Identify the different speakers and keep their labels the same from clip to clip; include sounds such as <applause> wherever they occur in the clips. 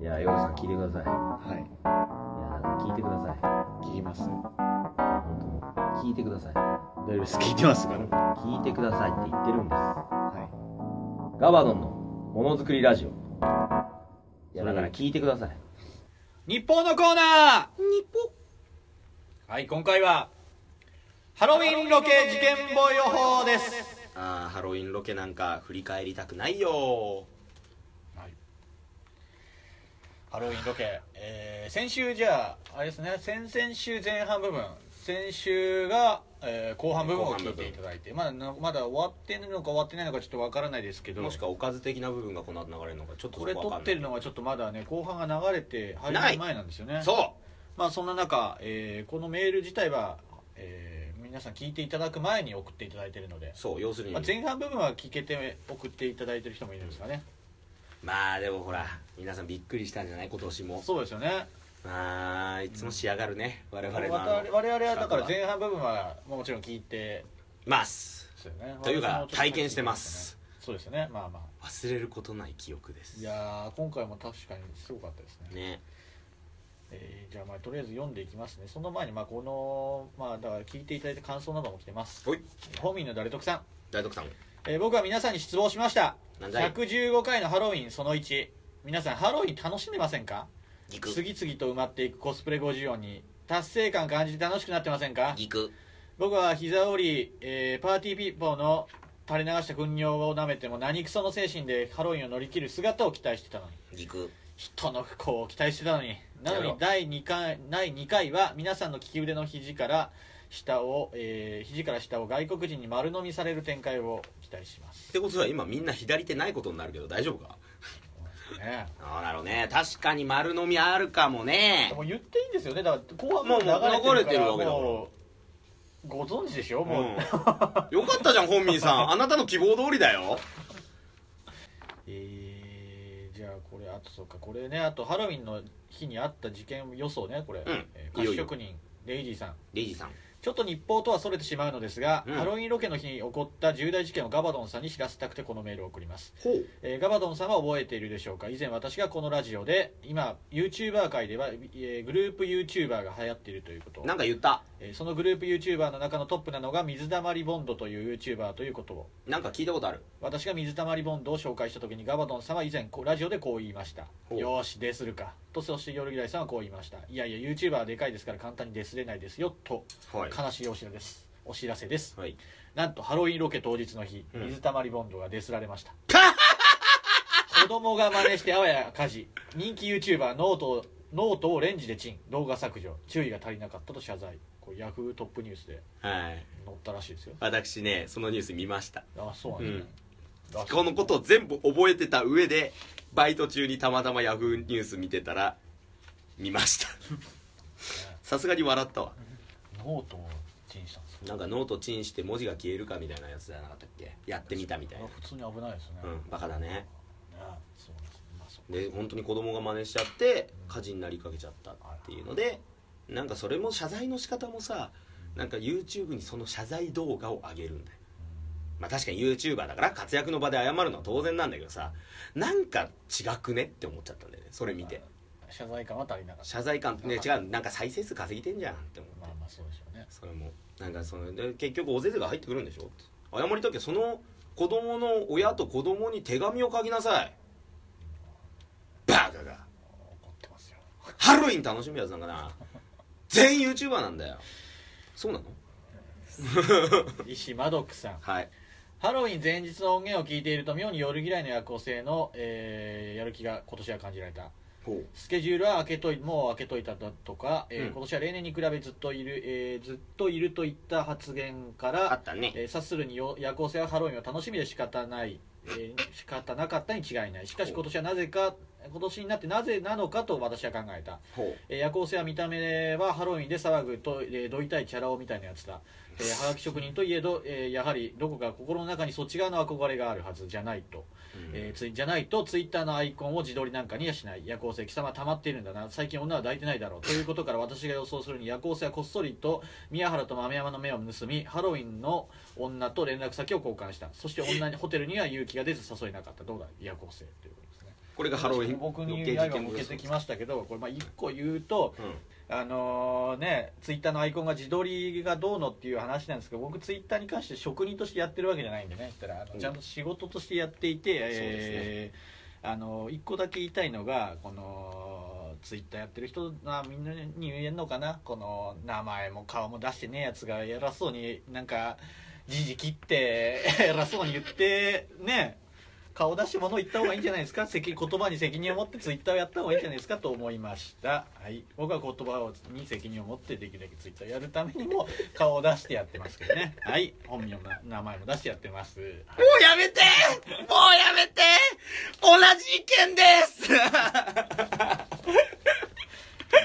Speaker 1: いや、ヨルさん聞いてください。いや、
Speaker 2: は
Speaker 1: な
Speaker 2: い
Speaker 1: んか聞いてください。
Speaker 2: 聞きます
Speaker 1: 本当もう聞いてください。
Speaker 2: 大丈夫です聞いてますからは
Speaker 1: 聞いてくださいって言ってるんです。
Speaker 2: い
Speaker 1: ガバドンのものづくりラジオ。いや、
Speaker 2: それ
Speaker 1: だから聞いてください。
Speaker 3: 日本のコーナー日本はい、今回は、ハロウィンロケ事件簿予報です。
Speaker 4: あーハロウィンロケなんか振り返りたくないよ
Speaker 3: ハロウィンロケ、えー、先週じゃあ、あれですね、先々週前半部分、先週が、えー後半部分を聞いていただいて、まだなまだ終わってるのか終わってないのかちょっとわからないですけど、
Speaker 4: もしくはおかず的な部分がこの後流れるのかちょっと
Speaker 3: こ
Speaker 4: そ
Speaker 3: れ
Speaker 4: こ
Speaker 3: 撮
Speaker 4: わか
Speaker 3: っ
Speaker 4: んな
Speaker 3: て
Speaker 4: い
Speaker 3: るのがちょっとまだね、後半が流れて入らない前なんですよね。
Speaker 4: そう
Speaker 3: まあそんな中、えーこのメール自体は、えー皆さん聞いていただく前に送っていただいてるので、
Speaker 4: そう要するに
Speaker 3: まあ、前半部分は聞けて送っていただいてる人もいるんですかね
Speaker 4: まあでもほら皆さんびっくりしたんじゃない今年も
Speaker 3: そうですよね
Speaker 4: まあいつも仕上がるね我々
Speaker 3: 我
Speaker 4: のあ
Speaker 3: 々
Speaker 4: の
Speaker 3: 我々はだから
Speaker 4: 企
Speaker 3: 前半部分はもちろん聞いて
Speaker 4: 画はます
Speaker 3: そうですよね
Speaker 4: という
Speaker 3: 私
Speaker 4: か
Speaker 3: もちょっ
Speaker 4: 体験してます
Speaker 3: そうですよねまあまあ
Speaker 4: 忘れることない記憶です
Speaker 3: いやー今回も確かにすごかったですね
Speaker 4: ね
Speaker 3: えーじゃあまあとりあえず読んでいきますねその前にまあこのまあだから聞いていただいた感想なども来てます
Speaker 4: おい
Speaker 3: 本民の誰得さん、
Speaker 4: 大徳さん
Speaker 3: えー僕は皆さんに失望しました
Speaker 4: なんだい
Speaker 3: 115回のハロウィンその1皆さんハロウィン楽しんでませんか
Speaker 4: ギク
Speaker 3: 次々と埋まっていくコスプレ50音に達成感感じて楽しくなってませんか
Speaker 4: ギク
Speaker 3: 僕は膝折り、えーパーティーピーポーの垂れ流した軍尿を舐めても何クソの精神でハロウィンを乗り切る姿を期待してたのに
Speaker 4: ギク
Speaker 3: 人の不幸を期待してたのになの
Speaker 4: や
Speaker 3: に
Speaker 4: ろ
Speaker 3: 第2回第2回は皆さんの利き腕の肘から下を、えー肘から下を外国人に丸飲みされる展開を期待します、
Speaker 4: ってことは今みんな左手ないことになるけど大丈夫か
Speaker 3: ね、
Speaker 4: ああなるほどね確かに丸飲みあるかもね
Speaker 3: もう言っていいんですよねだから後半
Speaker 4: もうもう
Speaker 3: 流れてるから
Speaker 4: 流れてるわけだから
Speaker 3: もうご存知でしょ
Speaker 4: うん
Speaker 3: もう、
Speaker 4: <laughs> よかったじゃん本民さ <laughs> んあなたの希望通りだよ
Speaker 3: えー、じゃあこれあとそうかこれねあとハロウィンの日にあった事件予想ねこれ、
Speaker 4: うん
Speaker 3: えー
Speaker 4: いいよいいよ
Speaker 3: 菓子職人レイジーさん
Speaker 4: レイジさん
Speaker 3: ちょっと日報とはそれてしまうのですが、
Speaker 4: うん
Speaker 3: ハロウィンロケの日に起こった重大事件をガバドンさんに知らせたくてこのメールを送ります、
Speaker 4: ほう
Speaker 3: えーガバドンさんは覚えているでしょうか以前私がこのラジオで今 YouTuber 界では、えーグループ YouTuber が流行っているということを
Speaker 4: なんか言った
Speaker 3: えーそのグループ YouTuber の中のトップなのが水溜りボンドという YouTuber ということを
Speaker 4: なんか聞いたことある
Speaker 3: 私が水溜りボンドを紹介した時にガバドンさんは以前こうラジオでこう言いました「
Speaker 4: ほう
Speaker 3: よーしデスるか」とそして夜嫌いさんはこう言いました「いやいや YouTuber はでかいですから簡単にデスれないですよ」と
Speaker 4: は
Speaker 3: 悲しいお知らせですお知らせです
Speaker 4: はい
Speaker 3: なんとハロウィンロケ当日の日
Speaker 4: うん
Speaker 3: 水溜りボンドがデスられました
Speaker 4: <laughs>
Speaker 3: 子供が真似してあわや火事人気 YouTuber ノートをノートをレンジでチン動画削除注意が足りなかったと謝罪これヤフートップニュースで
Speaker 4: はい
Speaker 3: 載ったらしいですよ
Speaker 4: 私ねそのニュース見ました
Speaker 3: あそうなんですね、らしい
Speaker 4: このことを全部覚えてた上でバイト中にたまたまヤフーニュース見てたら見ま <laughs> したさすがに笑ったわ
Speaker 3: ノートをチンしたんです
Speaker 4: なんかノートチンして文字が消えるかみたいなやつじゃなかったっけやってみたみたいな
Speaker 3: 普通に危ないですね、
Speaker 4: うんバカだね
Speaker 3: あそうですまあそう
Speaker 4: で本当に子供が真似しちゃって火事になりかけちゃったっていうのでなんかそれも謝罪の仕方もさなんか YouTube にその謝罪動画を上げるんだよまあ確かに YouTuber だから活躍の場で謝るのは当然なんだけどさなんか違くねって思っちゃったんだよねそれ見て
Speaker 3: 謝罪感は足りなかった
Speaker 4: 謝罪感ね違うなんか再生数稼ぎてんじゃんって思
Speaker 3: ま
Speaker 4: っ
Speaker 3: あ
Speaker 4: て
Speaker 3: まあそうでしょうね
Speaker 4: それもなんかそので結局おぜぜが入ってくるんでしょって謝りたきゃその子供の親と子供に手紙を書きなさいバカが
Speaker 3: 怒ってますよ <laughs>
Speaker 4: ハロウィン楽しむやつなんかな全員 YouTuber なんだよそうなの
Speaker 3: 石マドックさん
Speaker 4: はい
Speaker 3: ハロウィン前日の音源を聞いていると妙に夜嫌いの夜行性の、えーやる気が今年は感じられた
Speaker 4: ほ
Speaker 3: スケジュールは開けといもう開けといただとか、えー
Speaker 4: うん
Speaker 3: 今年は例年に比べずっといる、えーずっといるといった発言か
Speaker 4: あ
Speaker 3: ら
Speaker 4: ったね
Speaker 3: えー察するによ夜行性はハロウィンは楽しみで仕方ない、えー仕方なかったに違いないしかし今年はなぜか今年になってなぜなのかと私は考えた、
Speaker 4: ほう
Speaker 3: えー夜行性は見た目はハロウィンで騒ぐと、えーどいたいチャラ男みたいなやつだ、えー、はがき職人といえど、えーやはりどこか心の中にそっち側の憧れがあるはずじゃないと、えーついじゃないとツイッターのアイコンを自撮りなんかにはしない夜行性貴様溜まっているんだな最近女は抱いてないだろうということから私が予想するに夜行性はこっそりと宮原と豆山の目を盗みハロウィンの女と連絡先を交換したそして女にホテルには勇気が出ず誘えなかったどうだ夜行性ということですね
Speaker 4: これがハロウィン
Speaker 3: 僕に
Speaker 4: 実
Speaker 3: 刃
Speaker 4: 験
Speaker 3: を向けてきま
Speaker 4: し
Speaker 3: したけどこれまあ一個言うと
Speaker 4: た、うん
Speaker 3: あのねツイッターのアイコンが自撮りがどうのっていう話なんですけど僕ツイッターに関して職人としてやってるわけじゃないんでね言ったらあ
Speaker 4: う
Speaker 3: の
Speaker 4: ん
Speaker 3: ちゃんと仕事としてやっていて、えーあの一個だけ言いたいのがこのツイッターやってる人なみんなに言えんのかなこの名前も顔も出してねえやつが偉そうになんかじじ切って <laughs> 偉そうに言ってね顔出して物言った方がいいんじゃないですか <laughs> 責言葉に責任を持ってツイッターをやった方がいいんじゃないですかと思いました、はい、僕は言葉に責任を持ってできるだけツイッターをやるためにも顔を出してやってますけどねはい本名も名前も出してやってます、はい
Speaker 4: もうやめてもうやめて同じ意見です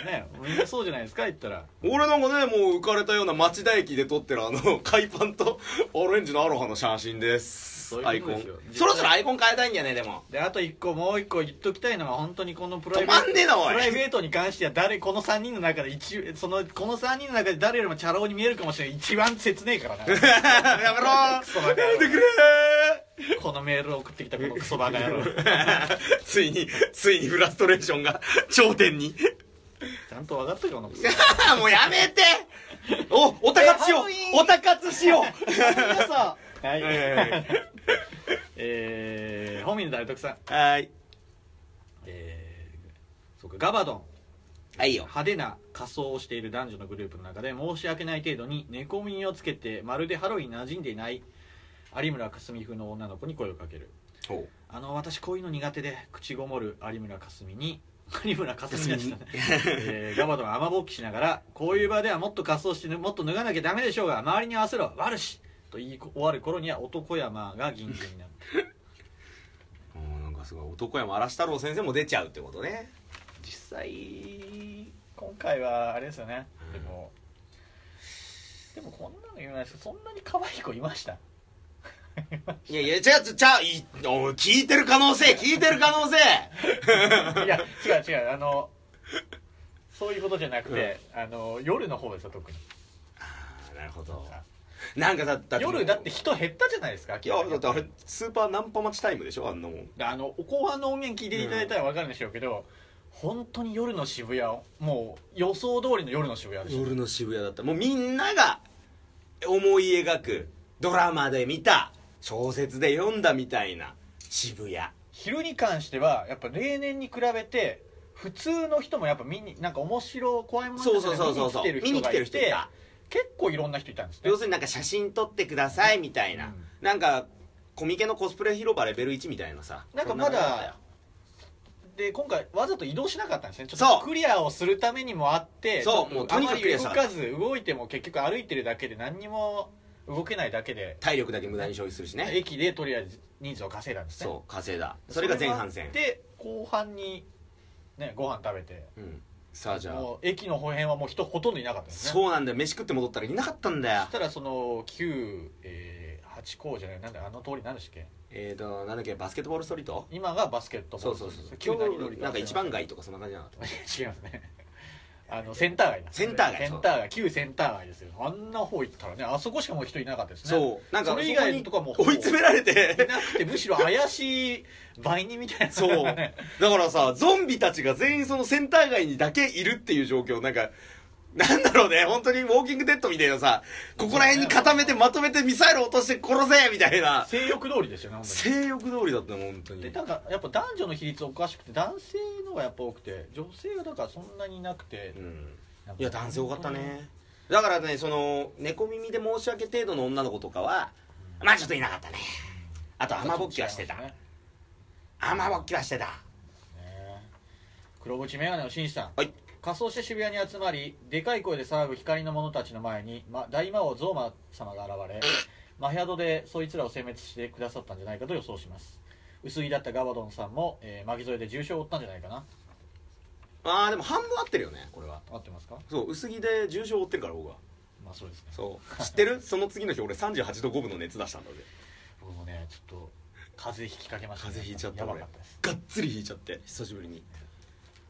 Speaker 3: ねみんなそうじゃないですか言ったら
Speaker 4: 俺なんかねもう浮かれたような町田駅で撮ってるあの <laughs> 海パンとオレンジのアロハの写真です
Speaker 3: そう
Speaker 4: ア
Speaker 3: い
Speaker 4: イ
Speaker 3: うこ
Speaker 4: コン
Speaker 3: とですよ実際
Speaker 4: そろそろアイコン変えたいんじゃねでも
Speaker 3: であと一個もう一個言っときたいのは本当にこのプライ
Speaker 4: 止
Speaker 3: ベ
Speaker 4: まんねえ
Speaker 3: ー
Speaker 4: な
Speaker 3: ト
Speaker 4: おい
Speaker 3: プライベートに関しては誰この3人の中で一そのこの3人の中で誰よりもチャラ男に見えるかもしれない一番切ねえからな
Speaker 4: やめろ
Speaker 3: クソ
Speaker 4: や
Speaker 3: バカ野郎
Speaker 4: めてくれ
Speaker 3: このメールを送ってきたこのクソバカ野郎
Speaker 4: <laughs> ついについにフラストレーションが <laughs> 頂点に
Speaker 3: ちゃんと分かったよこのクソ
Speaker 4: もうやめておおたかつしよ
Speaker 3: ハロウ
Speaker 4: う
Speaker 3: ィーン
Speaker 4: おたかつしよう
Speaker 3: はい
Speaker 4: はいはいはい
Speaker 3: えー、本名の大徳さん
Speaker 4: <laughs> はい
Speaker 3: えー、そうかガバドン
Speaker 4: はいよ
Speaker 3: 派手な仮装をしている男女のグループの中で申し訳ない程度に猫耳をつけてまるでハロウィンに馴染んでいない有村架純風の女の子に声をかける
Speaker 4: ほ
Speaker 3: あの私こういうの苦手で口ごもる有村架純に <laughs> 有村架純でしたね、 <laughs> えーガバドン雨ぼっきしながらこういう場ではもっと仮装してねもっと脱がなきゃダメでしょうが周りに合わせろ悪しと言い終わる頃には男山が銀座になる
Speaker 4: ううんなんかすごい男山嵐太郎先生も出ちゃうってことね
Speaker 3: <laughs> 実際今回はあれですよねでもでもこんなの言わないですけどそんなに可愛い子いました <laughs>
Speaker 4: いやいや、じゃあ、じゃあ、いおい聞いてる可能性、聞いてる可能性
Speaker 3: いや違う違うあのそういうことじゃなくて、あの夜の方ですよ特に
Speaker 4: なるほど。なんかだって、
Speaker 3: 夜だって人減ったじゃないですか
Speaker 4: い
Speaker 3: 明らか
Speaker 4: や、
Speaker 3: に
Speaker 4: だってあれ、スーパーナンパ待ちタイムでしょあんなもん。
Speaker 3: あの後半の音源聞いていただいたら分かるんでしょうけど、本当に夜の渋谷もう予想通りの夜の渋谷でした
Speaker 4: 夜の渋谷だった。もうみんなが思い描く、ドラマで見た、小説で読んだみたいな、渋谷。
Speaker 3: 昼に関してはやっぱ例年に比べて普通の人もやっぱ見になんか面白怖いもの
Speaker 4: そう
Speaker 3: とか
Speaker 4: そう
Speaker 3: で
Speaker 4: そうそうそう。見
Speaker 3: 見に
Speaker 4: に来
Speaker 3: 来て
Speaker 4: て
Speaker 3: る
Speaker 4: る
Speaker 3: 人
Speaker 4: 人
Speaker 3: がい
Speaker 4: い
Speaker 3: て
Speaker 4: た。
Speaker 3: 結構いろんな人いたんですね
Speaker 4: 要するになんか写真撮ってくださいみたいな。
Speaker 3: うん
Speaker 4: なんか、コミケのコスプレ広場レベル1みたいなさ。
Speaker 3: なんか
Speaker 4: そ感じ
Speaker 3: まだ
Speaker 4: ったよ
Speaker 3: で今回わざと移動しなかったんですねちょっ
Speaker 4: そ
Speaker 3: と
Speaker 4: う
Speaker 3: クリアをするためにもあって
Speaker 4: そうもうとにかくクリアした
Speaker 3: あまり動かず動いても結局歩いてるだけで何にも動けないだけで
Speaker 4: 体力だけ無駄に消費するしね。
Speaker 3: 駅でとりあえず人数を稼いだんですね
Speaker 4: そう稼いだそれが前半戦
Speaker 3: で後半にねご飯食べて
Speaker 4: うんさあじゃあ
Speaker 3: もう駅の方辺はもう人ほとんどいなかったですね
Speaker 4: そうなんだよ飯食って戻ったらいなかったんだよ
Speaker 3: そしたらその旧、えー、八甲じゃないなんだあの通りなんでしたっけ
Speaker 4: えーとなんだっけバスケットボールストリート
Speaker 3: 今がバスケットボー
Speaker 4: そう
Speaker 3: ル
Speaker 4: そうそう
Speaker 3: 旧何通
Speaker 4: 今
Speaker 3: り
Speaker 4: 日なんか一番
Speaker 3: 違い
Speaker 4: 街とかそんな感じじゃなかっ
Speaker 3: <laughs> ますねあのセンター街だ
Speaker 4: センター街
Speaker 3: センター街旧センター街ですよあんな方行ったらねあそこしかもう人いなかったです
Speaker 4: た
Speaker 3: ね
Speaker 4: そうなんか
Speaker 3: それ以
Speaker 4: そこ
Speaker 3: 外の
Speaker 4: に
Speaker 3: とこはもう
Speaker 4: 追い詰められて
Speaker 3: いなくてむしろ怪しい売人みたい
Speaker 4: <laughs>
Speaker 3: な
Speaker 4: そうだからさゾンビたちが全員そのセンター街にだけいるっていう状況なんかなんだろうね本当にウォーキングデッドみたいなさここら辺に固めてまとめてミサイル落として殺せみたいな
Speaker 3: 性欲通りですよね本当に
Speaker 4: 性欲通りだったもん本当に
Speaker 3: でなんかやっぱ男女の比率おかしくて男性のがやっぱ多くて女性がだからそんなにいなくて
Speaker 4: うんいや男性多かったねだからねその猫耳で申し訳程度の女の子とかはまあちょっといなかったねあと雨ぼっきはしてた
Speaker 3: ね
Speaker 4: 雨ぼっきはしてた
Speaker 3: 黒縁眼鏡の紳士さん、
Speaker 4: はい
Speaker 3: 仮装して渋谷に集まりでかい声で騒ぐ光の者たちの前に、ま、大魔王ゾーマ様が現れ
Speaker 4: <laughs>
Speaker 3: マヒャドでそいつらを殲滅してくださったんじゃないかと予想します薄着だったガバドンさんも、えー巻き添えで重傷を負ったんじゃないかな
Speaker 4: あーでも半分合ってるよねこれは
Speaker 3: 合ってますか
Speaker 4: そう薄着で重症負ってるから僕は
Speaker 3: まあそうですね
Speaker 4: そう知って <laughs> るその次の日俺38度5分の熱出したんだぜ
Speaker 3: 僕もねちょっと風邪ひきかけました、ね、
Speaker 4: 風邪ひいちゃった
Speaker 3: やば
Speaker 4: 俺
Speaker 3: かったです
Speaker 4: がっつり引いちゃって久しぶりに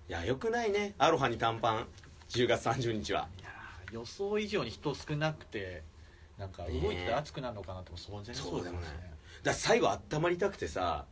Speaker 4: いやよくないねアロハに短パン10月30日はい
Speaker 3: やー予想以上に人少なくてなんか動いてたら暑くなるのかなってもう全然そうですね
Speaker 4: だから最後温まりたくてさ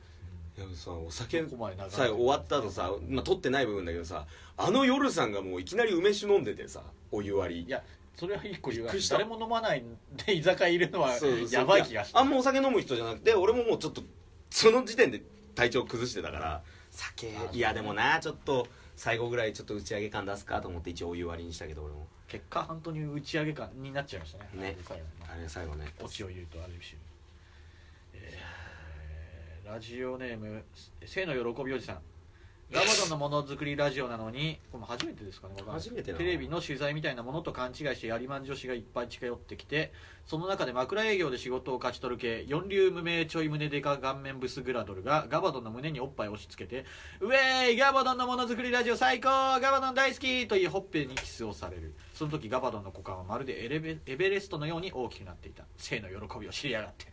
Speaker 4: でもさお酒
Speaker 3: どこまで流れてる
Speaker 4: さ終わった後さ、まあ、取ってない部分だけどさあの夜さんがもういきなり梅酒飲んでてさお湯割り
Speaker 3: いやそれは一個理由があ
Speaker 4: びっく
Speaker 3: る
Speaker 4: りした
Speaker 3: 誰も飲まないで居酒屋いるのは
Speaker 4: そうそう
Speaker 3: やばい気がし
Speaker 4: やあんまお酒飲む人じゃなくて俺ももうちょっとその時点で体調崩してたから酒いやでもなちょっと最後ぐらいちょっと打ち上げ感出すかと思って一応お湯割りにしたけど俺も
Speaker 3: 結果本当に打ち上げ感になっちゃいましたね
Speaker 4: ね
Speaker 3: 最後の
Speaker 4: あれ最後ね
Speaker 3: オチを言うとある種、えーラジオネーム「性の喜びおじさん」ガバドンのものづくりラジオなのにこれも初めてですかねわかんない
Speaker 4: 初めてなの
Speaker 3: テレビの取材みたいなものと勘違いしてやりまん女子がいっぱい近寄ってきてその中で枕営業で仕事を勝ち取る系四流無名ちょい胸デカ顔面ブスグラドルがガバドンの胸におっぱいを押し付けて「ウェーイガバドンのものづくりラジオ最高ガバドン大好き!」というほっぺにキスをされるその時ガバドンの股間はまるでエレベエベレストのように大きくなっていた性の喜びを知りやがって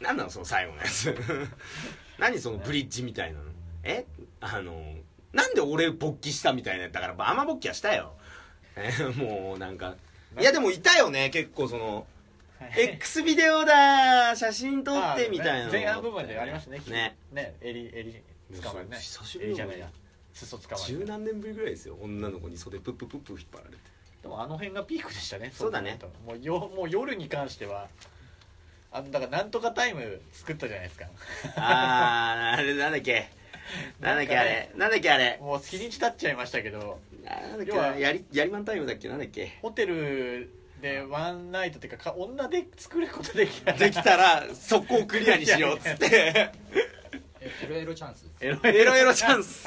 Speaker 4: 何なのその最後のやつ <laughs> 何そのブリッジみたいなのえあのなんで俺勃起したみたいなやつだからまあま勃起はしたよえもうなんかいやでもいたよね結構その X ビデオだ写真撮ってみたいな
Speaker 3: あ
Speaker 4: の
Speaker 3: <laughs> 前半部分でありましたね
Speaker 4: ね
Speaker 3: ね襟襟捕まえるね
Speaker 4: 久しぶりだ
Speaker 3: 襟じゃ
Speaker 4: ね
Speaker 3: ないや裾捕まえ
Speaker 4: 十
Speaker 3: る
Speaker 4: 何年ぶりぐらいですよ女の子に袖プッププップ引っ張られ
Speaker 3: <laughs>
Speaker 4: て
Speaker 3: でもあの辺がピークでしたね
Speaker 4: そうだね
Speaker 3: 考えるともうよもう夜に関してはあのだからなんとかタイム作ったじゃないですか <laughs>
Speaker 4: あーあれなんだっけ <laughs> なんだっけあれなんだっけあれ
Speaker 3: もう日にち経っちゃいましたけど
Speaker 4: なんだっけ
Speaker 3: 要は
Speaker 4: やりやりまんタイムだっけなんだっけ
Speaker 3: ホテルでワンナイトっていうかか女で作ることできた <laughs>
Speaker 4: できたら速攻クリアにしようっつって
Speaker 5: えエロエロチャンス
Speaker 3: エロ
Speaker 4: エロエロチャンス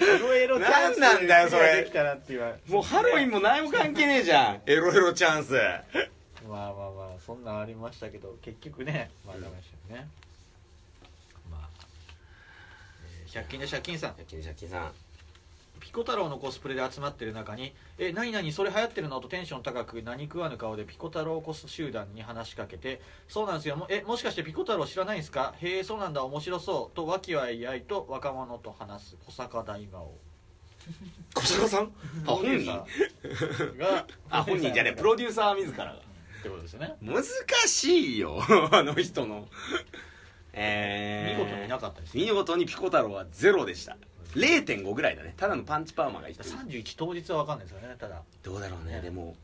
Speaker 3: エロエロチャンス
Speaker 4: なんなんだよそれ
Speaker 3: できたらっていうのは
Speaker 4: <laughs> もうハロウィンも何も関係ねえじゃんエロエロチャンス
Speaker 3: まあまあまあそんなんありましたけど結局ねまあダメでしたよね、まあ、えー、100均で借金さん
Speaker 4: キンシャキさん
Speaker 3: ピコ太郎のコスプレで集まってる中に「え何々それ流行ってるの?」とテンション高く何食わぬ顔でピコ太郎コス集団に話しかけて「そうなんですよもえもしかしてピコ太郎知らないんですかへえそうなんだ面白そう」と和気あいあいと若者と話す小坂大魔王
Speaker 4: 小坂さんあ本人
Speaker 3: がが
Speaker 4: あ本人じゃねえプロデューサー自らが
Speaker 3: ってことですよね
Speaker 4: 難しいよ <laughs> あの人のえ
Speaker 3: 見
Speaker 4: ー、
Speaker 3: 事になかったですね
Speaker 4: 見事にピコ太郎はゼロでした0.5ぐらいだねただのパンチパーマが一人
Speaker 3: 31当日は分かんないですよねただ
Speaker 4: どうだろうねでも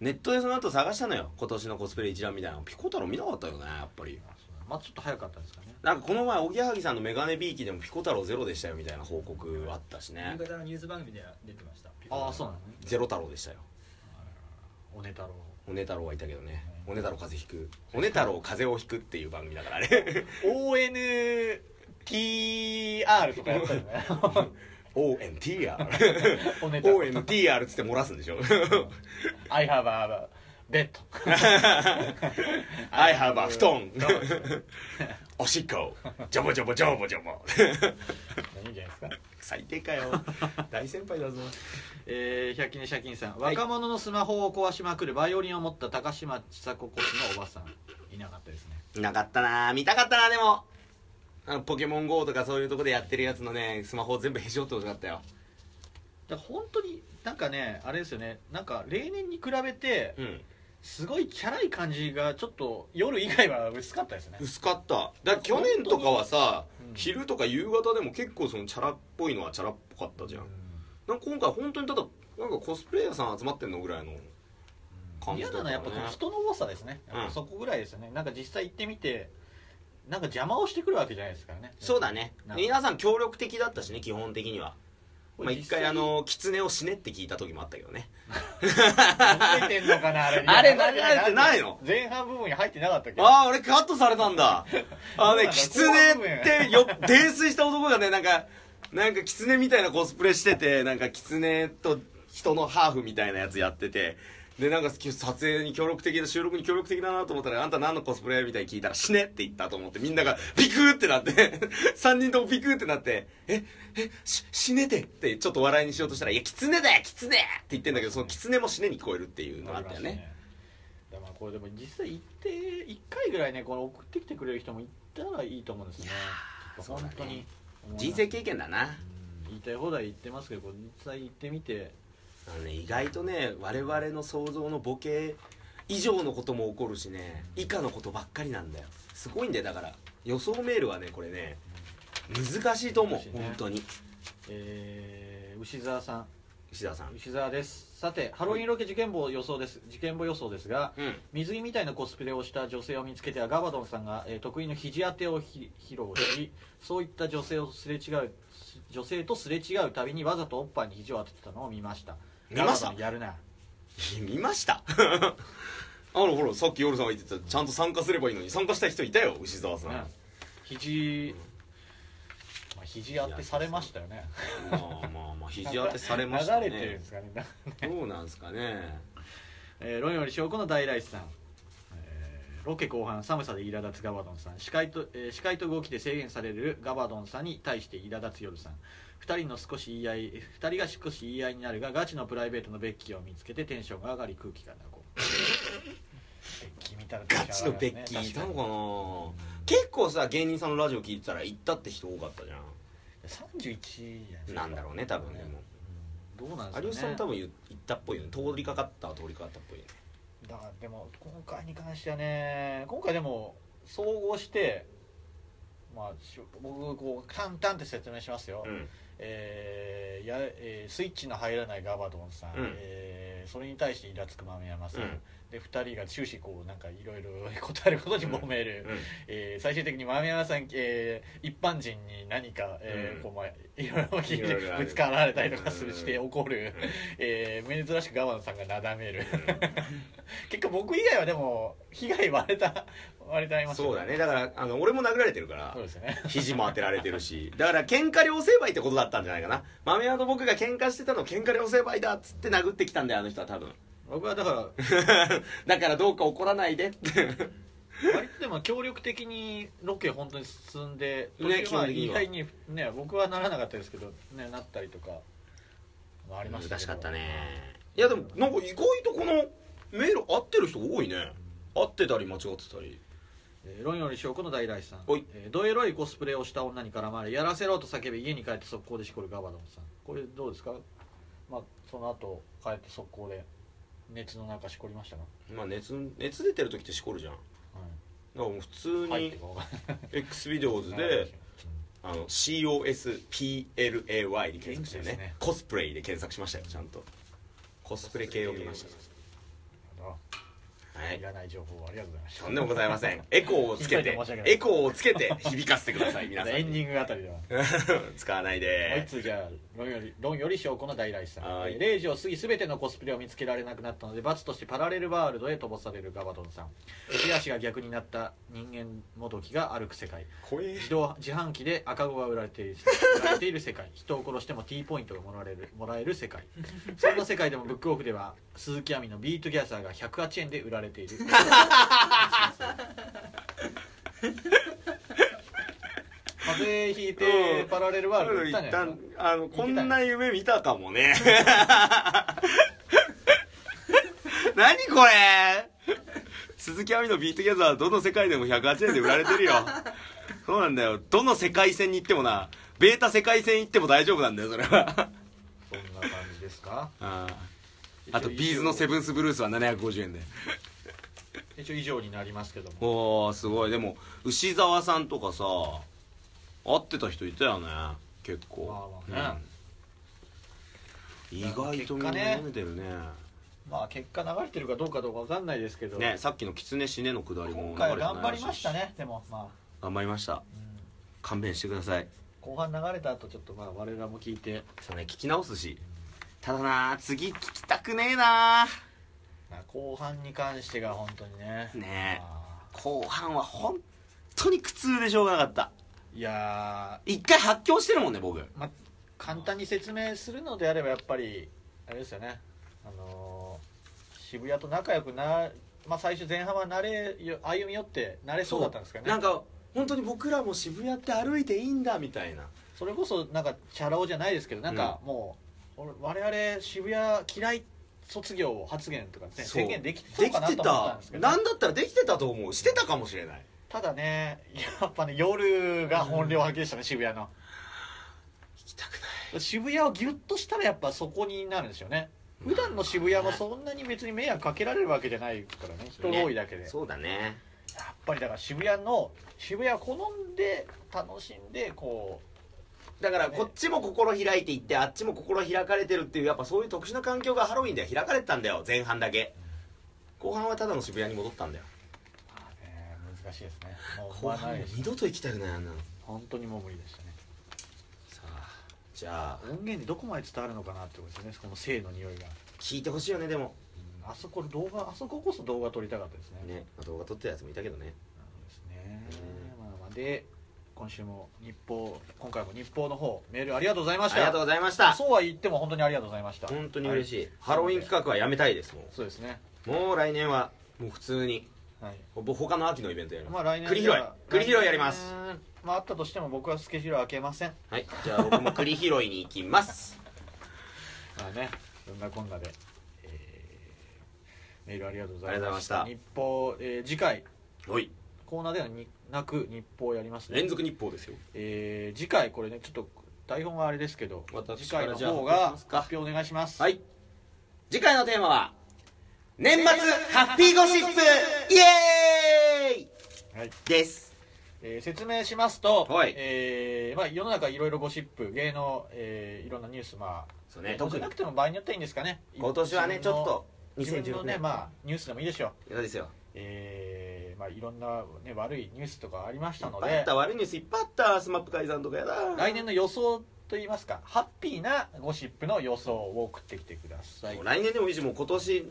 Speaker 4: ネットでその後探したのよ今年のコスプレ一覧みたいなのピコ太郎見なかったよねやっぱり
Speaker 3: まあちょっと早かったですかね
Speaker 4: なんかこの前おぎやはぎさんのメガネビーキでもピコ太郎ゼロでしたよみたいな報告あったしね
Speaker 5: 夕方のニュース番組では出てました
Speaker 3: ああそうなのね
Speaker 4: ゼロ太郎でしたよ
Speaker 3: おね太郎
Speaker 4: おね太郎はいたけどねおね太郎風邪ひくおね太郎風邪をひくっていう番組だから
Speaker 3: <laughs>
Speaker 4: ね
Speaker 3: ONTR とかやったよね
Speaker 4: <laughs>
Speaker 3: <laughs>
Speaker 4: ONTR
Speaker 3: おね太郎
Speaker 4: ONTR っつって漏らすんでし
Speaker 3: <laughs>
Speaker 4: ょ
Speaker 3: I have a bed
Speaker 4: I have
Speaker 3: <laughs>
Speaker 4: a 布団 <laughs> おしっこジョボジョボジョボジョボ
Speaker 3: いいんじゃないですか
Speaker 4: 最低か <laughs> よ大先輩だぞ
Speaker 3: えー、百均で借金さん、
Speaker 4: い
Speaker 3: 若者のスマホを壊しまくるバイオリンを持った高嶋ちさ子越のおばさんいなかったですね
Speaker 4: いなかったな見たかったなでもあのポケモン GO とかそういうとこでやってるやつのねスマホを全部へし折ってほしかったよ
Speaker 3: だから本当になんかねあれですよねなんか例年に比べて
Speaker 4: うん
Speaker 3: すごいキャラい感じがちょっと夜以外は薄かったですね
Speaker 4: 薄かっただ去年とかはさ、
Speaker 3: 当にうん
Speaker 4: 昼とか夕方でも結構そのチャラっぽいのはチャラっぽかったじゃん、なんか今回本当にただなんかコスプレイヤーさん集まってんのぐらいの感じ
Speaker 3: 嫌
Speaker 4: だった
Speaker 3: なのはやっぱこの人の多さですね、やっぱそこぐらいですよねなんか実際行ってみてなんか邪魔をしてくるわけじゃないですからね
Speaker 4: そうだね
Speaker 3: なんか
Speaker 4: 皆さん協力的だったしね基本的には
Speaker 3: こ
Speaker 4: まあ
Speaker 3: れ
Speaker 4: 一回
Speaker 3: 実際
Speaker 4: あの狐を死ねって聞いた時もあったけどね
Speaker 3: 流れてんの
Speaker 4: <laughs>
Speaker 3: かなあれ
Speaker 4: あれ流れてないの
Speaker 3: 前半部分に入ってなかったっけ
Speaker 4: ああ、俺カットされたんだ。あのね、キツネってよ、泥酔した男がね、なんか、なんかキツネみたいなコスプレしてて、なんかキツネと人のハーフみたいなやつやってて、で、なんか撮影に協力的で収録に協力的だなと思ったら、あんた何のコスプレみたいに聞いたら死ねって言ったと思って、みんながビクーってなって、3人と <laughs> もビクーってなって、え、え、し死ねてってちょっと笑いにしようとしたら、いや、キツネだよ、キツネって言ってんだけど、そのキツネも死ねに聞こえるっていうのがあったよね。
Speaker 3: だからまあこれでも実際行って1回ぐらいねこの送ってきてくれる人も行ったらいいと思うんですよね
Speaker 4: ー
Speaker 3: ちょっと本当に、
Speaker 4: 人生経験だな。
Speaker 3: 言いたい放題言ってますけどこう実際行ってみて
Speaker 4: あのね、意外とね我々の想像のボケ以上のことも起こるしね以下のことばっかりなんだよすごいんだよだから予想メールはねこれね難しいと思う、
Speaker 3: 難しいね
Speaker 4: 本当に
Speaker 3: えー牛沢さん
Speaker 4: 牛田さん
Speaker 3: 牛沢ですさてハロウィンロケ事件簿予想です事件簿予想ですが
Speaker 4: うん
Speaker 3: 水着みたいなコスプレをした女性を見つけてはガバドンさんが、えー得意の肘当てをひ披露しそういった女性をすれ違うす女性とすれ違うたびにわざとおっぱいに肘を当ててたのを見ました
Speaker 4: 見ました
Speaker 3: ガバドンやるな
Speaker 4: 見ました <laughs> あのほらさっき夜さんが言ってたちゃんと参加すればいいのに参加した人いたよ牛沢さん、
Speaker 3: ね肘、まあ、肘当てされましたよね
Speaker 4: まあまあまあ肘当てされました
Speaker 3: <laughs> 流れてるん
Speaker 4: ね
Speaker 3: ですかね、
Speaker 4: どうなんですかね
Speaker 3: えー、論より証拠の大来さん、えーロケ後半寒さで苛立つガバドンさん視界と、えー視界と動きで制限されるガバドンさんに対して苛立つ夜さん2人の少し言い合い二人が少し言い合いになるがガチのプライベートのベッキーを見つけてテンションが上がり空気が流れベッキー見たらテン
Speaker 4: ガ
Speaker 3: シ
Speaker 4: チ
Speaker 3: ョ
Speaker 4: の
Speaker 3: ン上が
Speaker 4: ベ
Speaker 3: るね
Speaker 4: ッキーいたの
Speaker 3: 確か
Speaker 4: かな結構さ芸人さんのラジオ聞いてたら行ったって人多かったじゃ
Speaker 3: に31じゃないです
Speaker 4: ん
Speaker 3: か
Speaker 4: なんだろうね多分でも
Speaker 3: どうなんですか、ね、
Speaker 4: 有吉さんも多分言行ったっぽいよね通りかかったは通りかかったっぽいよね
Speaker 3: だからでも今回に関してはね今回でも総合してまあしょ僕こう簡単って説明しますよ、
Speaker 4: うん
Speaker 3: えーやえースイッチの入らないガバドンさん、
Speaker 4: うん
Speaker 3: えーそれに対してイラつく豆山さん、
Speaker 4: うん
Speaker 3: で2人が終始こうなんかいろいろ答えることにもめる、
Speaker 4: うん
Speaker 3: えー最終的に豆山さん、えー一般人に何か、えー
Speaker 4: うん
Speaker 3: こうまあ、いろいろ聞い
Speaker 4: いろい
Speaker 3: て
Speaker 4: ろある
Speaker 3: ぶつかられたりとかする
Speaker 4: うん
Speaker 3: して怒る、えー珍しくガバンさんがなだめる <laughs> 結果僕以外はでも被害割れた割れてありますよ
Speaker 4: そうだねだからあの俺も殴られてるから
Speaker 3: そうですよね
Speaker 4: 肘も当てられてるしだから喧嘩両成敗ってことだったんじゃないかな豆屋と僕が喧嘩してたの喧嘩両成敗だっつって殴ってきたんだよあの人は多分
Speaker 3: 僕はだから
Speaker 4: だからどうか怒らないで
Speaker 3: 割とでも協力的にロケ本当に進んで途
Speaker 4: ね
Speaker 3: 中まあ
Speaker 4: 基本的
Speaker 3: 意
Speaker 4: には
Speaker 3: 外にね僕はならなかったですけどねなったりとかまあありました
Speaker 4: 難
Speaker 3: け
Speaker 4: し
Speaker 3: ど
Speaker 4: かったねいやでもなんか意外とこのメール合ってる人多いね合ってたり間違ってたり
Speaker 3: えー論より証拠の大来さん
Speaker 4: おい
Speaker 3: えーどエロいコスプレをした女に絡まれやらせろと叫び家に帰って速攻でしこるガバドンさんこれどうですかまあその後帰って速攻で熱の中しこりましたか、
Speaker 4: まあ熱熱出てる時ってしこるじゃんだからもう普通
Speaker 3: はい、入
Speaker 4: に
Speaker 3: ってこう
Speaker 4: X ビデオズで
Speaker 3: <laughs>
Speaker 4: あの COSPLAY で検索して
Speaker 3: 元気で
Speaker 4: ね
Speaker 3: すね
Speaker 4: コスプレイで検索しましたよちゃんとコスプレ系を見ましたはいい
Speaker 3: らない情報ありがとうございました
Speaker 4: とんでもございませんエコーをつけ
Speaker 3: 急いで
Speaker 4: て
Speaker 3: 申し訳ない
Speaker 4: エコーをつけて響かせてください皆さん
Speaker 3: <laughs> エンデ
Speaker 4: に
Speaker 3: ィングあたりでは
Speaker 4: <laughs> 使わない
Speaker 3: もう一
Speaker 4: で
Speaker 3: 通じゃあ論より論より証拠の大来さん
Speaker 4: は
Speaker 3: え
Speaker 4: い
Speaker 3: ー0時を過ぎ全てのコスプレを見つけられなくなったので罰としてパラレルワールドへ飛ばされるガバドンさん手足が逆になった人間もどきが歩く世界
Speaker 4: 怖え
Speaker 3: 自動自販機で赤子が売られている売られている世界人を殺しても T ポイントがもらえるもらえる世界そんな世界でもブックオフでは鈴木亜美のビートギャザーが108円で売られている風邪ひいて
Speaker 4: うん
Speaker 3: パラレルワールド行ったんじゃないですか
Speaker 4: あのこんな夢見たかも
Speaker 3: <laughs>
Speaker 4: ね何これ鈴木亜美のビートギャザーどの世界でも108円で売られてるよ
Speaker 3: <laughs>
Speaker 4: そうなんだよどの世界線に行ってもなベータ世界線行っても大丈夫なんだよそれは
Speaker 3: そんな感じですか
Speaker 4: あーあとビーズのセブンスブルースは750円で
Speaker 3: 一応以上になりますけども
Speaker 4: おーすごいでも牛沢さんとかさ会ってた人いたよね結構
Speaker 3: まあまあね
Speaker 4: うん意外とみんな飲んでるね
Speaker 3: まあ結果流れてるかどうかどうかわかんないですけど、
Speaker 4: ねさっきの「狐死ね」のくだりも
Speaker 3: 今
Speaker 4: 流れ
Speaker 3: 回は
Speaker 4: てない
Speaker 3: 頑張りましたねでもまあ、
Speaker 4: 頑張りました
Speaker 3: うん
Speaker 4: 勘弁してください
Speaker 3: 後半流れた後ちょっとまあ我らも聞いて
Speaker 4: そうね聞き直すしただな次聞きたくねえな
Speaker 3: まあ後半に関してが本当にね
Speaker 4: ねえ
Speaker 3: あ
Speaker 4: 後半は本当に苦痛でしょうがなかった
Speaker 3: ーいや
Speaker 4: 一回発狂してるもんね僕
Speaker 3: ー、まあ、簡単に説明するのであればやっぱりあれですよねあのー渋谷と仲良くなまあ最初前半は慣れよ歩み寄って慣れそうだったんですかね
Speaker 4: なんか本当に僕らも渋谷って歩いていいんだみたいな
Speaker 3: それこそなんかチャラ男じゃないですけどなんかもう、俺我々渋谷嫌い卒業発言とかね
Speaker 4: そう
Speaker 3: 宣言できてそうかな
Speaker 4: でき
Speaker 3: と
Speaker 4: て
Speaker 3: 思ったん
Speaker 4: た
Speaker 3: ですけど
Speaker 4: なんだったらできてたと思うしてたかもしれない
Speaker 3: ただねやっぱね夜が本領発揮でしたね渋谷の
Speaker 4: 行きたくない
Speaker 3: 渋谷をギュッとしたらやっぱそこになるんですよね普段の渋谷もそんなに別に迷惑かけられるわけじゃないからね人多いだけで
Speaker 4: そうだね
Speaker 3: やっぱりだから渋谷の渋谷を好んで楽しんでこ
Speaker 4: だからこっちも心開いていってあっちも心開かれてるっていうやっぱそういう特殊な環境がハロウィンでは開かれてたんだよ前半だけ後半はただの渋谷に戻ったんだよ
Speaker 3: う、まあね、難しいですねもう
Speaker 4: 後半もう二度と行きたくないあんなの
Speaker 3: 本当にもう無理でしたね
Speaker 4: さあじゃあ
Speaker 3: 音源でどこまで伝わるのかなってことですねこの性の匂いが、
Speaker 4: 聞いてほしいよねでも
Speaker 3: うんあそこ動画あそここそ動画撮りたかったですね
Speaker 4: ねまあ動画撮ってたやつもいたけどね
Speaker 3: ですね、まあまあ、で今週も日報今回も日報の方メールありがとうございまし
Speaker 4: あ
Speaker 3: た
Speaker 4: りがとうございました
Speaker 3: そうは言っても本当にありがとうございました
Speaker 4: 本当に嬉
Speaker 3: は
Speaker 4: しい、ハロウィン企画はやめたいですも
Speaker 3: そうですね
Speaker 4: うもう来年はもう普通に
Speaker 3: はい
Speaker 4: ほぼ他の秋のイベントやります、
Speaker 3: まあ来年
Speaker 4: 栗拾い栗拾いやります
Speaker 3: 来年まああったとしても僕はスケジュール開けません <laughs>
Speaker 4: はいじゃあ僕も栗拾いに行きます
Speaker 3: まあねそんなこんなで、えーメールありがとうござい
Speaker 4: ありがとうご
Speaker 3: まし
Speaker 4: ざい
Speaker 3: た
Speaker 4: まし
Speaker 3: 日報、えー次回
Speaker 4: おい
Speaker 3: コーナーではになく日報やりますね
Speaker 4: 連続日報ですよ
Speaker 3: えー次回これねちょっと台本はあれですけど
Speaker 4: 私
Speaker 3: 次
Speaker 4: か
Speaker 3: 回
Speaker 4: ら
Speaker 3: の
Speaker 4: じゃあ
Speaker 3: 方
Speaker 4: 発表し
Speaker 3: が
Speaker 4: ますか
Speaker 3: 発表お願いします
Speaker 4: はい次回のテーマは年末ハッピーゴシップイエーイ
Speaker 3: はい
Speaker 4: です
Speaker 3: えー説明しますと、
Speaker 4: はい
Speaker 3: えーまあ、世の中いろいろゴシップ芸能、えーいろんなニュースまあ
Speaker 4: そうね
Speaker 3: どう
Speaker 4: 特
Speaker 3: じゃ
Speaker 4: に
Speaker 3: なくても場合によってはいいんですかね
Speaker 4: 今年はねちょっと
Speaker 3: 自分の自分
Speaker 4: 2016
Speaker 3: のね
Speaker 4: 年
Speaker 3: まあニュースでもいいでしょう、
Speaker 4: そうですよ
Speaker 3: えーまあ、いろんな、ね、悪いニュースとかありまし
Speaker 4: い
Speaker 3: た
Speaker 4: っ
Speaker 3: の
Speaker 4: ぱいあっ
Speaker 3: で
Speaker 4: た悪いニュースいっぱいあったスマップ解散とかやだ
Speaker 3: 来年の予想といいますかハッピーなゴシップの予想を送ってきてください
Speaker 4: もう来年でもいいしもう今年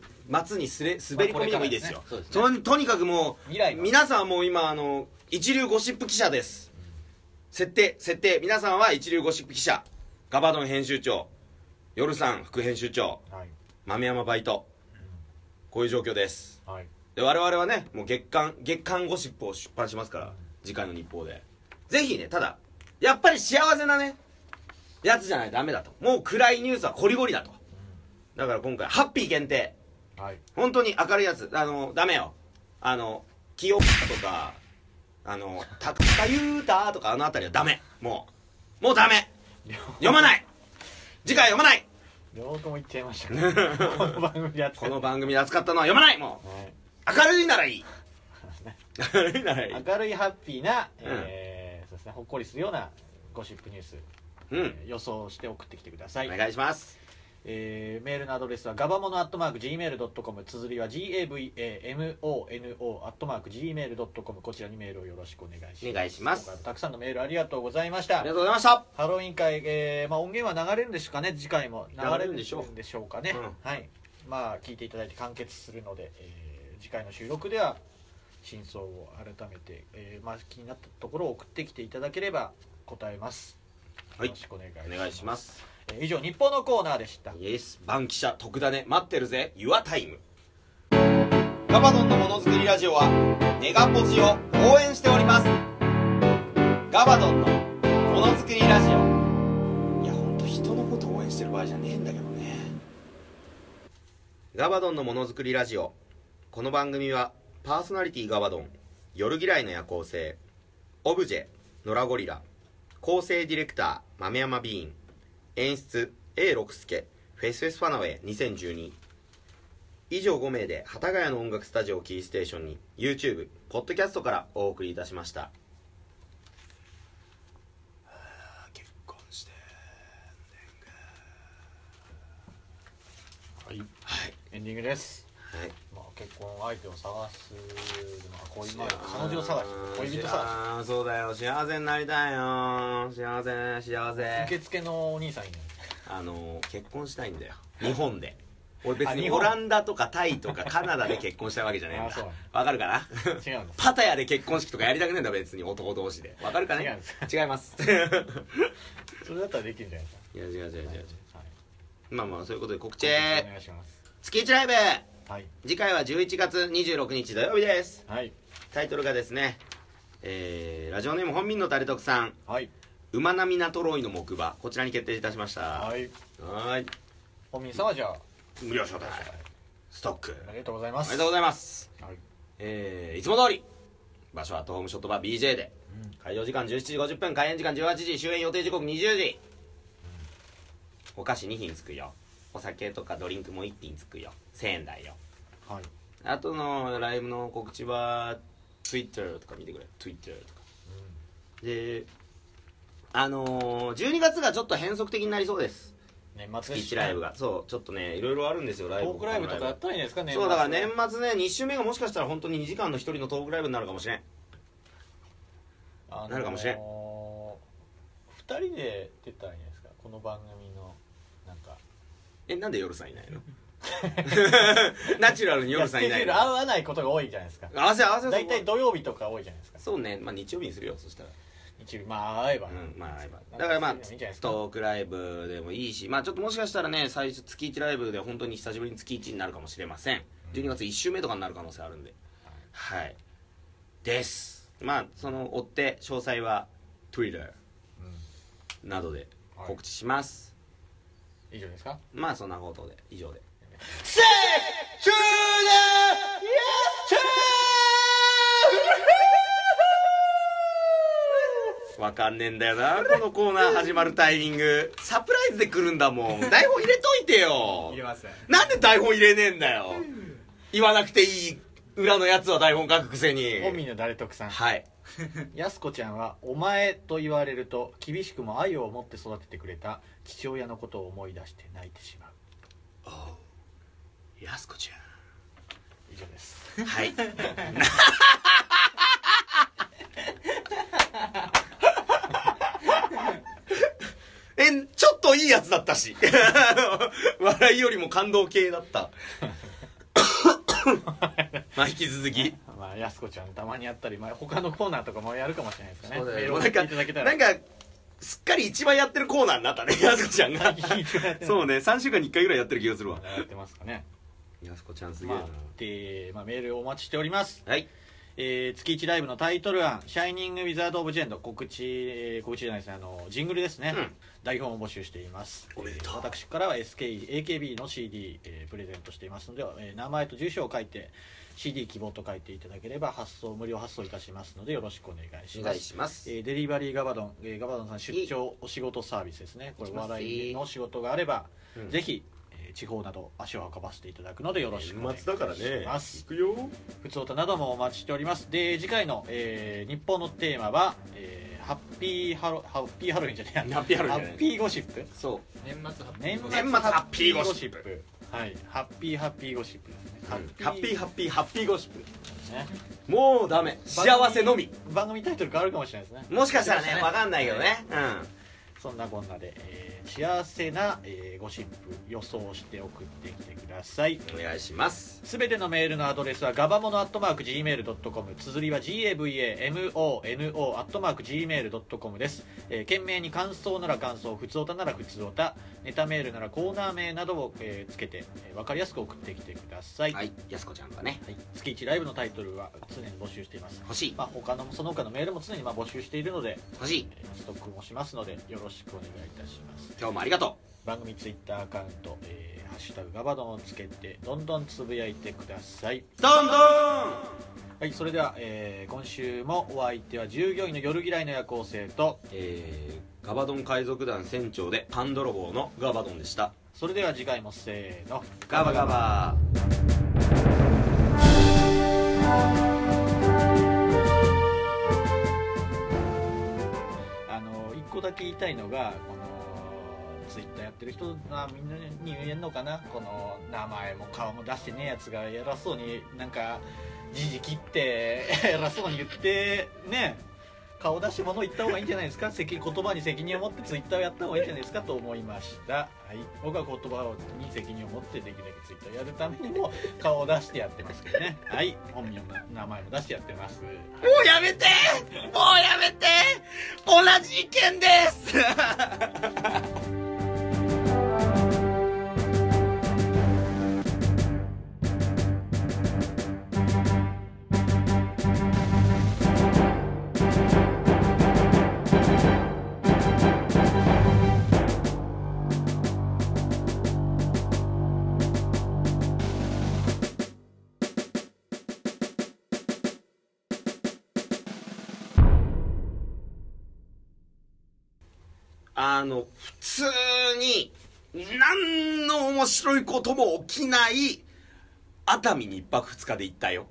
Speaker 4: 末にすれ滑り込みでもいいですよ
Speaker 3: まあ、これからですねそうですね
Speaker 4: とにとにかくもう
Speaker 3: 未来の
Speaker 4: 皆さんはもう今あの一流ゴシップ記者です設定設定皆さんは一流ゴシップ記者ガバドン編集長夜さん副編集長
Speaker 3: はい
Speaker 4: 豆山バイトこういう状況です
Speaker 3: はい
Speaker 4: で我々はねもう月刊月刊ゴシップを出版しますから次回の日報でぜひねただやっぱり幸せなねやつじゃないとダメだともう暗いニュースはこりごりだとだから今回ハッピー限定
Speaker 3: はい
Speaker 4: 本当に明るいやつあのダメよあの清とかあの高田裕太とかあの辺りはダメもうもうダメ読まない次回読まない
Speaker 3: 両方とも言っちゃい
Speaker 4: <laughs>
Speaker 3: ましたねこの番組でやって
Speaker 4: この番組で扱ったのは読まないもう明るいならいい明るいならいい
Speaker 3: 明るいハッピーな、えーそうですね、ほっこりするようなゴシップニュース、
Speaker 4: うん
Speaker 3: 予想して送ってきてください、
Speaker 4: お願いします
Speaker 3: えーメールのアドレスはガバモノアットマーク Gmail.com 綴りは GAVAMONO アットマーク Gmail.com こちらにメールをよろしくお願いします
Speaker 4: お願いします
Speaker 3: 今回もたくさんのメールありがとうございました
Speaker 4: ありがとうございました
Speaker 3: ハロウィン会、えーまあ、音源は流れるんですかね次回も
Speaker 4: 流れるんでしょう
Speaker 3: 流れでしょうかね、
Speaker 4: う
Speaker 3: はいまあ聞いていただいて完結するので、えー次回の収録では真相を改めて、えーまあ、気になったところを送ってきていただければ答えます
Speaker 4: はい
Speaker 3: よろしくお願いします
Speaker 4: お願いします
Speaker 3: えー以上日本のコーナーでした
Speaker 4: イエスバン記者徳田ね待ってるぜ YourTime ガバドンのものづくりラジオはネガポジを応援しておりますガバドンのものづくりラジオいや本当人のこと応援してる場合じゃねえんだけどねガバドンのものづくりラジオこの番組はパーソナリティガバドン夜嫌いの夜行性オブジェノラゴリラ構成ディレクター豆山ビーン演出 A 六輔フェスフェスファナウェイ2012以上5名で幡ヶ谷の音楽スタジオをキーステーションに YouTube ポッドキャストからお送りいたしました結婚して
Speaker 3: はい
Speaker 4: はい
Speaker 3: エンディングです、
Speaker 4: はい
Speaker 3: まあ、結婚相手を探す、まあ、恋まあ彼女探し恋人探
Speaker 4: ああそうだよ幸せになりたいよ幸せ幸
Speaker 3: し
Speaker 4: せ
Speaker 3: 受付のお兄さんいない
Speaker 4: あの結婚したいんだよ日本で俺別
Speaker 3: あ
Speaker 4: に
Speaker 3: 日
Speaker 4: オ
Speaker 3: 本
Speaker 4: ランダとかタイとかカナダで結婚したいわけじゃねえん
Speaker 3: あそう
Speaker 4: だわかるかな
Speaker 3: 違うんです
Speaker 4: パタヤで結婚式とかやりたくねえんだ別に男同士でわかるかね
Speaker 3: 違うんです
Speaker 4: 違います
Speaker 3: <laughs>
Speaker 4: いや
Speaker 3: それだったらできるんじゃないですか
Speaker 4: 違う違う違う違う
Speaker 3: はい
Speaker 4: まあまあそういうことで告知
Speaker 3: お願いします
Speaker 4: 月1ライブ
Speaker 3: はい
Speaker 4: 次回は11月26日土曜日です
Speaker 3: はい
Speaker 4: タイトルがですねえーラジオネーム本民のタレトクさん
Speaker 3: はい
Speaker 4: 馬並みなトロイの木馬こちらに決定いたしましたは
Speaker 3: はい
Speaker 4: ーい
Speaker 3: 本民さんはじゃあ
Speaker 4: 無料招待ストック
Speaker 3: あ
Speaker 4: あ
Speaker 3: りがとうございま
Speaker 4: り
Speaker 3: す
Speaker 4: がとうございます
Speaker 3: はい
Speaker 4: えーいつも通り場所はアットホームショットバー BJ で、開場時間17時50分開演時間18時終演予定時刻20時、お菓子2品つくよお酒とかドリンクも1品つくよ1000円だよ
Speaker 3: はい
Speaker 4: あとのライブの告知はツイッターとか見てくれツイッターとか、であのー、12月がちょっと変則的になりそうです
Speaker 3: 年末
Speaker 4: 月
Speaker 3: です
Speaker 4: 1ライブがそうちょっとねいろいろあるんですよライブ
Speaker 3: トークライブとかやったらいいんですかね
Speaker 4: そうだから年末ね2週目がもしかしたら本当に2時間の1人のトークライブになるかもしれんなるかもしれん
Speaker 3: 2人で出たらいいんですかこの番組のなんか
Speaker 4: えなんで夜さんい
Speaker 3: <laughs>
Speaker 4: ないのナチュラルに夜さんいない
Speaker 3: やスケジュール
Speaker 4: の
Speaker 3: 合
Speaker 4: 合
Speaker 3: わないことが多いじゃないですか
Speaker 4: わせ合わせ
Speaker 3: 大体土曜日とか多いじゃないですか
Speaker 4: そうねまあ日曜日にするよそしたら
Speaker 3: 日曜日まあ会えば、
Speaker 4: うんまあ合えばだからまあ
Speaker 3: いいんじゃないですか
Speaker 4: トークライブでもいいしまあちょっともしかしたらね最初月1ライブで本当に久しぶりに月1になるかもしれません12月1週目とかになる可能性あるんではいですまあその追って詳細は Twitter などで告知します、
Speaker 3: 以上ですか
Speaker 4: まあそんなことで以上でわかんねえんだよなこのコーナー始まるタイミングサプライズで来るんだもん台本入れ <laughs> といてよ
Speaker 5: 入れません
Speaker 4: なんで台本入れねえんだよ言わなくていい裏のやつは台本書くくせに
Speaker 3: 本民の誰得さん
Speaker 4: はい
Speaker 3: やすこちゃんは「お前」と言われると厳しくも愛を持って育ててくれた父親のことを思い出して泣いてしまう
Speaker 4: やすこち
Speaker 3: 以上です
Speaker 4: <laughs> ゃんはいえちょっといいやつだったし <laughs> 笑いよりも感動系だった <laughs> まあ引き続き
Speaker 3: まあやすこちゃんたまにやったり、まあ、他のコーナーとかもやるかもしれないですね
Speaker 4: そうだ
Speaker 3: メー
Speaker 4: よ
Speaker 3: ルを
Speaker 4: もう
Speaker 3: 送
Speaker 4: な
Speaker 3: っ
Speaker 4: んか
Speaker 3: ていただけた
Speaker 4: な
Speaker 3: ら
Speaker 4: んかすっかり一番やってるコーナーにな <laughs> ったねやすこちゃんが
Speaker 3: <laughs>
Speaker 4: そうね3週間に1回ぐらいやってる気がするわ
Speaker 3: やってますかね、
Speaker 4: やすこちゃんすげえ
Speaker 3: ま
Speaker 4: な、
Speaker 3: あでまあ、メールお待ちしております、
Speaker 4: はい
Speaker 3: えー月1ライブのタイトル案「シャイニング・ウィザード・オブ・ジェンド」告知、えー告知じゃないですねあのジングルですね、
Speaker 4: うん
Speaker 3: 台本を募集しています
Speaker 4: おめでとう
Speaker 3: えー私からは SK AKB の CD、えープレゼントしていますので、えー名前と住所を書いて CD 希望と書いていただければ発送無料発送いたしますのでよろしくお願いし
Speaker 4: お
Speaker 3: ま
Speaker 4: 願い
Speaker 3: す
Speaker 4: します
Speaker 3: えーデリバリーガバドン、えーガバドンさん出張お仕事サービスですねこれ
Speaker 4: 行きます
Speaker 3: 笑いの仕事があれば、
Speaker 4: うん
Speaker 3: ぜひ、えー地方など足を運ばせていただくのでよろしくお願い
Speaker 4: 年
Speaker 3: し
Speaker 4: 末だからね
Speaker 3: ます
Speaker 4: くよ
Speaker 3: ふつおたなどもお待ちしておりますで次回の、えー日本のテーマは、えーハッピーハロハッピーハロウィンじゃねえや
Speaker 4: ハッピーハロウィンじゃない
Speaker 3: ハッピーゴシップ
Speaker 4: そう
Speaker 5: 年末発
Speaker 3: 年末
Speaker 4: 年末ハッピーゴシップ
Speaker 3: はいハッピーハッピーゴシップですね、
Speaker 4: ハッピーハッピーハッピーゴシップ
Speaker 3: ね
Speaker 4: もうダメ幸せのみ
Speaker 3: 番組タイトル変わるかもしれないですね
Speaker 4: もしかしたらねわかんないけどね
Speaker 3: そんなこんなで、えー幸せな、えーゴシップ予想して送ってきてください
Speaker 4: うんお願いします
Speaker 3: すべてのメールのアドレスはガバモノアットマーク Gmail.com 綴りは GAVAMONO アットマーク Gmail.com です、えー、件名に感想なら感想普通おたなら普通おたネタメールならコーナー名などを、えーつけて、えー、わかりやすく送ってきてください、
Speaker 4: は
Speaker 3: はい
Speaker 4: いやすこちゃんがね
Speaker 3: 月1ライブのタイトルは常に募集しています、
Speaker 4: 欲しい
Speaker 3: まあ、他のその他のメールも常にまあ募集しているので、
Speaker 4: 欲しい
Speaker 3: えーストックもしますのでよろしくお願いいたします
Speaker 4: 今日もありがと
Speaker 3: 番組ツイッターアカウント「えーハッシュタグガバドン」をつけてどんどんつぶやいてくださいう
Speaker 4: どんどん
Speaker 3: はいそれでは、えー今週もお相手は従業員の夜嫌いの夜行性と
Speaker 4: えー、ガバドン海賊団船長でパン泥棒のガバドンでした
Speaker 3: それでは次回もせーの
Speaker 4: ガバガバ
Speaker 3: あの1個だけ言いたいのがこのツイッターやってる人はみんなに言えんのかなこの名前も顔も出してねえやつが偉そうになんかじじ切って <laughs> 偉そうに言ってね顔出して物言った方がいいんじゃないですか責言葉に責任を持ってツイッターをやった方がいいんじゃないですかと思いました、はい、僕は言葉に責任を持ってできるだけツイッターをやるためにも顔を出してやってますけどねはい本名も名前も出してやってます、
Speaker 4: もうやめてもうやめて同じ意見ですあの、普通に、何の面白いことも起きない、熱海に一泊二日で行ったよ。